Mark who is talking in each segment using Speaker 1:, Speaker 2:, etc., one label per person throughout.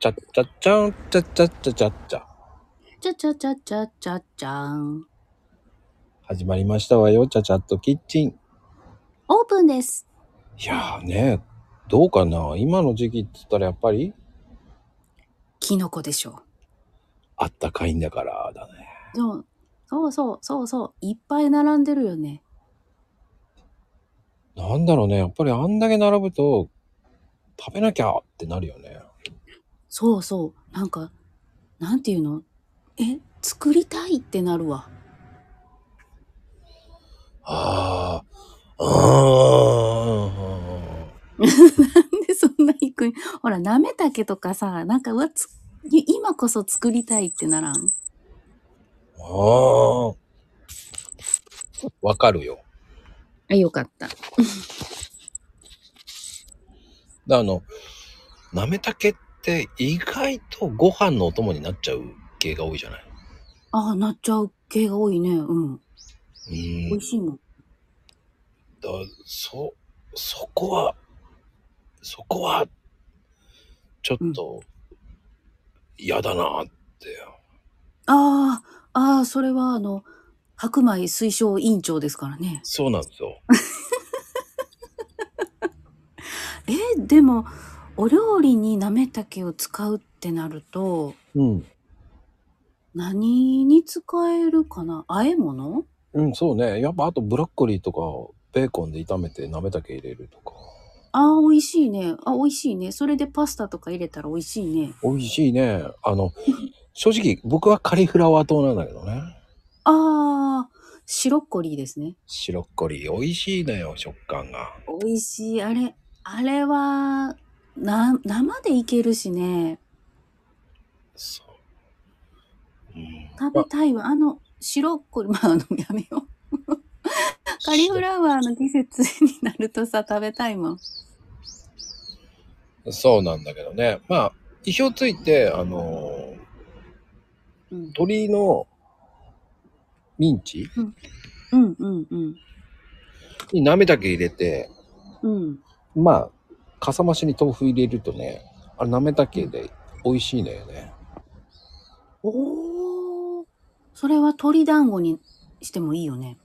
Speaker 1: ちゃっちゃっちゃん、ちゃっちゃっちゃっちゃっちゃ。
Speaker 2: ちゃちゃちゃちゃちゃちゃん。
Speaker 1: 始まりましたわよ、ちゃちゃっとキッチン。
Speaker 2: オープンです。
Speaker 1: いやーね、どうかな今の時期って言ったらやっぱり、
Speaker 2: キノコでしょ
Speaker 1: あったかいんだから、だね。
Speaker 2: う。そうそうそうそうそう。いっぱい並んでるよね。
Speaker 1: なんだろうね、やっぱりあんだけ並ぶと、食べなきゃってなるよね。
Speaker 2: そうそう。なんか、なんていうのえ、作りたいってなるわ。
Speaker 1: ああ、うーん。
Speaker 2: なんでそんな行くんほら、なめたけとかさ、なんか、うわ、つい今こそ作りたいってならん。
Speaker 1: ああ。わかるよ。
Speaker 2: あ、よかった。
Speaker 1: であの、なめたけって意外とご飯のお供になっちゃう系が多いじゃない
Speaker 2: ああ、なっちゃう系が多いね。うん。
Speaker 1: う
Speaker 2: 美
Speaker 1: ーん
Speaker 2: 味。しいもん。
Speaker 1: だそ、そこは、そこは、ちょっと、嫌だなって。
Speaker 2: ああ、ああ、それはあの、白米推奨委員長ですからね。
Speaker 1: そうなんですよ。
Speaker 2: えでもお料理になめたけを使うってなると
Speaker 1: うん。
Speaker 2: 何に使えるかな和え物
Speaker 1: うん、そうね。やっぱあとブロッコリーとか、ベーコンで炒めてなめたけ入れるとか。
Speaker 2: あー美味しいねあ美味しいねそれでパスタとか入れたら美味しいね
Speaker 1: 美味しいね。あの、正直僕はカリフラワー糖なんだけどね。
Speaker 2: あー白っこりですね
Speaker 1: 白っこり美味しいのよ、食感が。
Speaker 2: 美味しいあれあれはな生でいけるしね
Speaker 1: そう。
Speaker 2: 食べたいわあの白っこりまああのやめようカリフ
Speaker 1: ラ
Speaker 2: ラワーの季節になるとさ食べたいもん
Speaker 1: そうなんだけどね。まあ、意表ついて、あの
Speaker 2: うん
Speaker 1: ー、鳥のミンチ
Speaker 2: うんうんうん
Speaker 1: になめたけ入れて、
Speaker 2: うん
Speaker 1: まあ、かさ増しに豆腐入れるとね、あれなめたけで美味しいのよね。
Speaker 2: おお、それは鶏団子にしてもいいよね。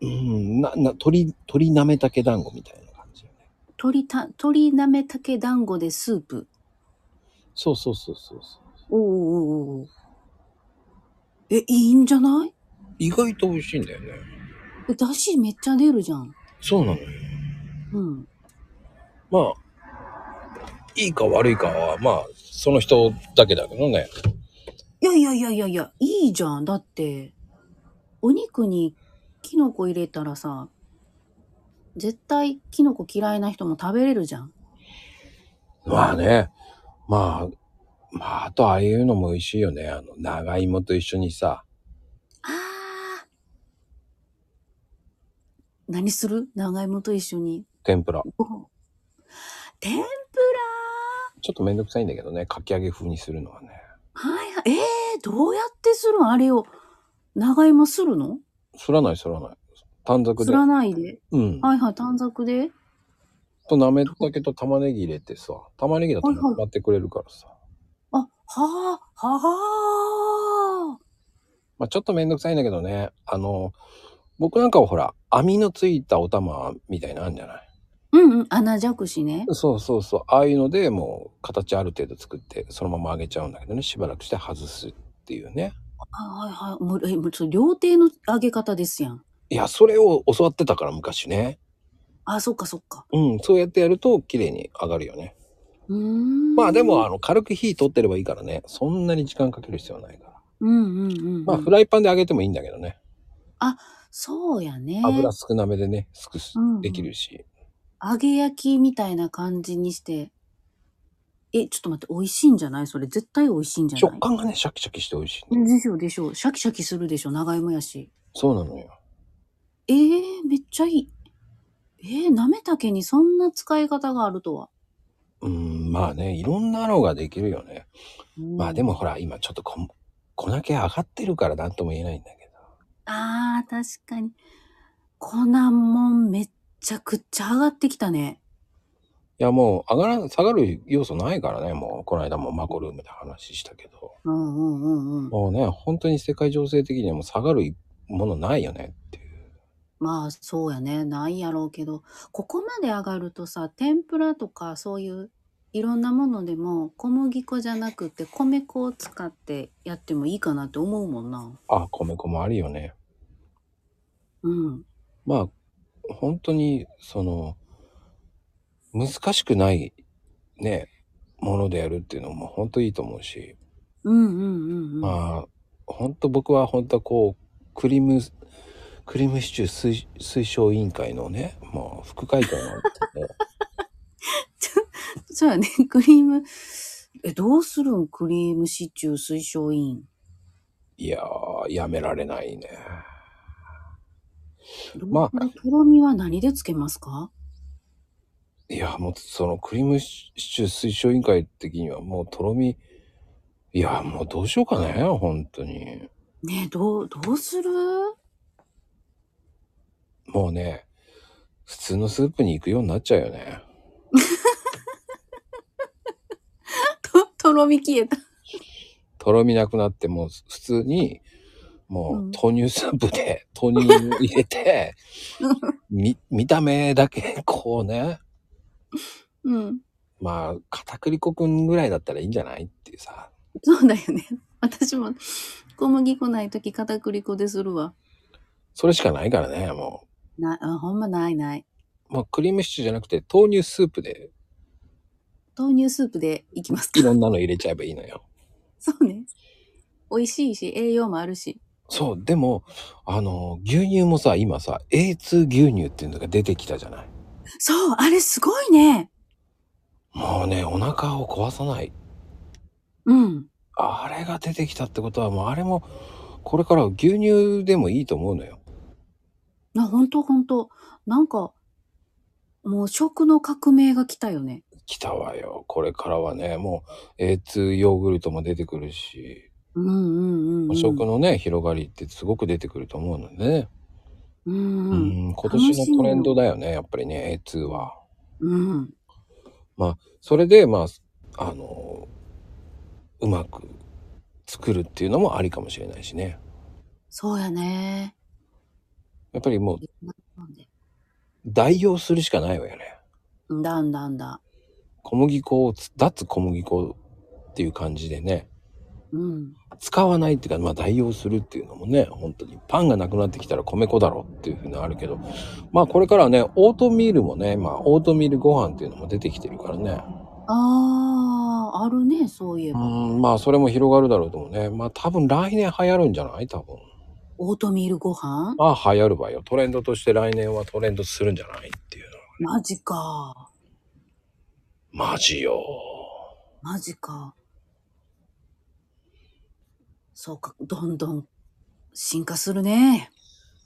Speaker 1: うん、な、な、鳥、鳥なめたけ団子みたいな感じよね。
Speaker 2: 鶏た、鶏なめたけ団子でスープ。
Speaker 1: そうそうそうそうそう。
Speaker 2: おーおーおーおーえ、いいんじゃない
Speaker 1: 意外と美味しいんだよね。
Speaker 2: えだしめっちゃ出るじゃん。
Speaker 1: そうなのよ。
Speaker 2: うん。
Speaker 1: まあ、いいか悪いかは、まあ、その人だけだけどね。
Speaker 2: いやいやいやいやいや、いいじゃん。だって、お肉にキノコ入れたらさ、絶対キノコ嫌いな人も食べれるじゃん。
Speaker 1: まあね、まあ、まあ、あとああいうのも美味しいよね。あの、長芋と一緒にさ、
Speaker 2: あー。何する長芋と一緒に
Speaker 1: 天ぷら。
Speaker 2: ご飯天ぷら
Speaker 1: ちょっとめんどくさいんだけどね、かき揚げ風にするのはね。
Speaker 2: はいはい。えー、どうやってするんあれを。長芋するの
Speaker 1: すらないすらない。短冊
Speaker 2: す
Speaker 1: で。
Speaker 2: らないで。
Speaker 1: うん。
Speaker 2: はいはい、短冊で。
Speaker 1: と、なめたけと玉ねぎ入れてさ、玉ねぎだと
Speaker 2: はいはい
Speaker 1: なってくれるからさ。
Speaker 2: あ、はあ、はあ。
Speaker 1: まあ、ちょっとめんどくさいんだけどね、あの、僕なんかはほら、網のついたお玉みたいなのあるんじゃない
Speaker 2: うんうん、穴じゃくしね。
Speaker 1: そうそうそう。ああいうので、もう形ある程度作って、そのまま揚げちゃうんだけどね、しばらくして外すっていうね。
Speaker 2: はいはいはい。もう、え、もう、それ料亭の揚げ方ですやん。
Speaker 1: いや、それを教わってたから、昔ね。
Speaker 2: あ、そっかそっか。
Speaker 1: うん、そうやってやると、綺麗に上がるよね。
Speaker 2: うーん。
Speaker 1: まあでも、あ、の、軽く火取ってればいいからね、そんなに時間かける必要はないから。
Speaker 2: うんうんうんうん。
Speaker 1: まあ、フライパンで揚げてもいいんだけどね。
Speaker 2: そうやね。
Speaker 1: 油少なめでね、すくす
Speaker 2: うんうん
Speaker 1: できるし。
Speaker 2: 揚げ焼きみたいな感じにして。え、ちょっと待って、美味しいんじゃないそれ絶対美味しいんじゃない
Speaker 1: 食感がね、シャキシャキして美味しい。
Speaker 2: でしょでしょシャキシャキするでしょ長芋やし。
Speaker 1: そうなのよ。
Speaker 2: えー、めっちゃいい。えー、なめたけにそんな使い方があるとは。
Speaker 1: うん、まあね、いろんなのができるよね。まあで
Speaker 2: も。
Speaker 1: もほら、今ちょっとこん粉系上がってるからなんとも言えないんだけど。
Speaker 2: あー、確かに。粉もんめっちゃくちゃ上がってきたね。
Speaker 1: や、もう、上がら、下がる要素ないからね、もう、この間もマコルームで話したけど。
Speaker 2: うんうんうんうん。
Speaker 1: もうね、本当に世界情勢的にはもう下がるものないよねっていう。
Speaker 2: まあそうやね。ないやろうけど、ここまで上がるとさ、天ぷらとかそういういろんなものでも小麦粉じゃなくて米粉を使ってやってもいいかなって思うもんな。
Speaker 1: あ、米粉もあるよね。
Speaker 2: うん。
Speaker 1: まあ、本当に、その、難しくない、ね、ものでやるっていうのも本当いいと思うし、
Speaker 2: うんうんうんうん。
Speaker 1: まあ、本当僕は本当はこう、クリーム、クリームシチュー推推奨委員会のね、もう副会長なんですけ ど、
Speaker 2: そうやね。 クリーム、え、どうするんクリームシチュー推奨委員。
Speaker 1: いやー、やめられないね。
Speaker 2: ど
Speaker 1: まあ
Speaker 2: これとろみは何でつけますか
Speaker 1: いや、もうそのクリームシチュー推奨委員会的にはもうとろみ、いや、もうどうしようかね、本当に。
Speaker 2: ねえ、どう、どうする
Speaker 1: もうね、普通のスープに行くようになっちゃうよね。
Speaker 2: と、とろみ消えた。
Speaker 1: とろみなくなって、もう普通に、
Speaker 2: う
Speaker 1: も
Speaker 2: ん
Speaker 1: う豆乳スープで 豆乳入れて、み、見た目だけこうね、
Speaker 2: うん。
Speaker 1: まあ、片栗粉くんぐらいだったらいいんじゃないっていうさ。
Speaker 2: そうだよね。 私も小麦粉ないとき片栗粉でするわ。
Speaker 1: それしかないからね、も
Speaker 2: な、あほんまないない。
Speaker 1: う。まあ、クリームシチューじゃなくて豆乳スープで
Speaker 2: 豆乳スープでいきます
Speaker 1: い
Speaker 2: か。
Speaker 1: ろんなの入れちゃえばいいのよ。
Speaker 2: そうね。美味しいし、栄養もあるし。
Speaker 1: そう、でも、あの、牛乳もさ、今さ、A2 牛乳っていうのが出てきたじゃない。
Speaker 2: そう、あれすごいね。
Speaker 1: もうね、お腹を壊さない。
Speaker 2: うん。
Speaker 1: あれが出てきたってことは、もうあれも、これからは牛乳でもいいと思うのよ。
Speaker 2: な、ほんとほんと。なんか、もう食の革命が来たよね。
Speaker 1: 来たわよ。これからはね、もう A2 ヨーグルトも出てくるし、
Speaker 2: うんうんうん、う
Speaker 1: お
Speaker 2: ん。
Speaker 1: 食のね、広がりってすごく出てくると思うのでね。
Speaker 2: うん
Speaker 1: う
Speaker 2: うん。
Speaker 1: ん、今年のトレンドだよね、やっぱりね、A2 は。
Speaker 2: うん。
Speaker 1: それで、まあ、あの、うまく作るっていうのもありかもしれないしね。
Speaker 2: そうやね。
Speaker 1: やっぱりもう
Speaker 2: なんで
Speaker 1: 代用するしかないわよね。
Speaker 2: だんだんだ。
Speaker 1: 小麦粉をつ、脱小麦粉っていう感じでね、
Speaker 2: うん。
Speaker 1: 使わないっていうか、まあ代用するっていうのもね、本当にパンがなくなってきたら米粉だろっていうふうなのあるけど、まあこれからはね、オートミールもね、まあオートミールご飯っていうのも出てきてるからね。
Speaker 2: ああ、あるね、そういえ
Speaker 1: う
Speaker 2: ば。
Speaker 1: ん、まあそれも広がるだろうと思うね。まあ多分来年流行るんじゃない多分。
Speaker 2: オートミールご飯
Speaker 1: まあ流行るわよ。トレンドとして来年はトレンドするんじゃないっていうの。
Speaker 2: マジか。
Speaker 1: マジよ。
Speaker 2: マジか。そうか、どんどん進化するね。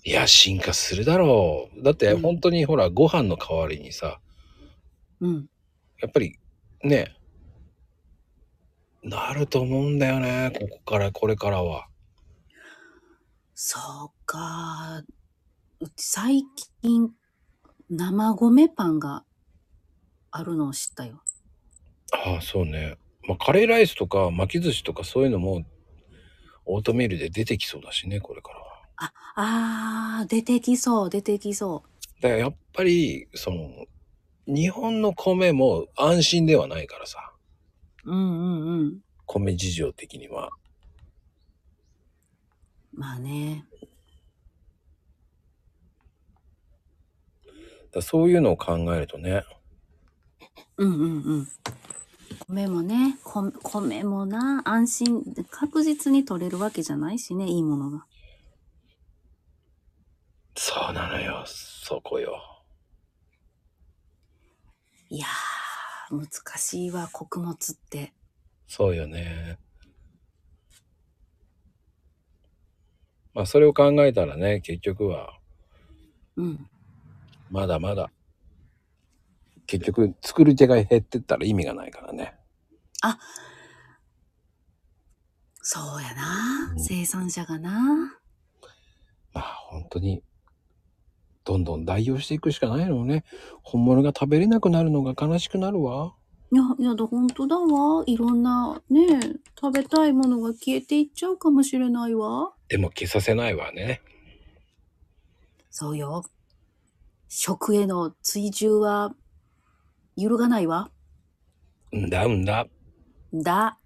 Speaker 1: いや、進化するだろう。だって
Speaker 2: うん
Speaker 1: 本当にほら、ご飯の代わりにさ、
Speaker 2: うん。
Speaker 1: やっぱりね、なると思うんだよね。ここから、これからは。
Speaker 2: そうか。うち最近、生米パンがあるのを知ったよ。
Speaker 1: ああ、そうね。まあ、カレーライスとか巻き寿司とかそういうのも、オートミールで出てきそうだしね、これからは。
Speaker 2: あ、あー、出てきそう、出てきそう。
Speaker 1: だからやっぱり、その、日本の米も安心ではないからさ。
Speaker 2: うんうんうん。
Speaker 1: 米事情的には。
Speaker 2: まあね。
Speaker 1: だからそういうのを考えるとね。
Speaker 2: うんうんうん。米もね、米米もな、安心、確実に取れるわけじゃないしね、いいものが。
Speaker 1: そうなのよ。そこよ。
Speaker 2: いやー、難しいわ、穀物って。
Speaker 1: そうよね。まあそれを考えたらね、結局は
Speaker 2: うん。
Speaker 1: まだまだ結局作り手が減ってったら意味がないからね。
Speaker 2: そうやな、生産者がな。
Speaker 1: まあ本当にどんどん代用していくしかないのね。本物が食べれなくなるのが悲しくなるわ。
Speaker 2: いや、いやだ、本当だわ。いろんな、ねえ、食べたいものが消えていっちゃうかもしれないわ。
Speaker 1: でも消させないわね。
Speaker 2: そうよ。食への追従は、揺るがないわ。
Speaker 1: うんだうんだ。
Speaker 2: だ。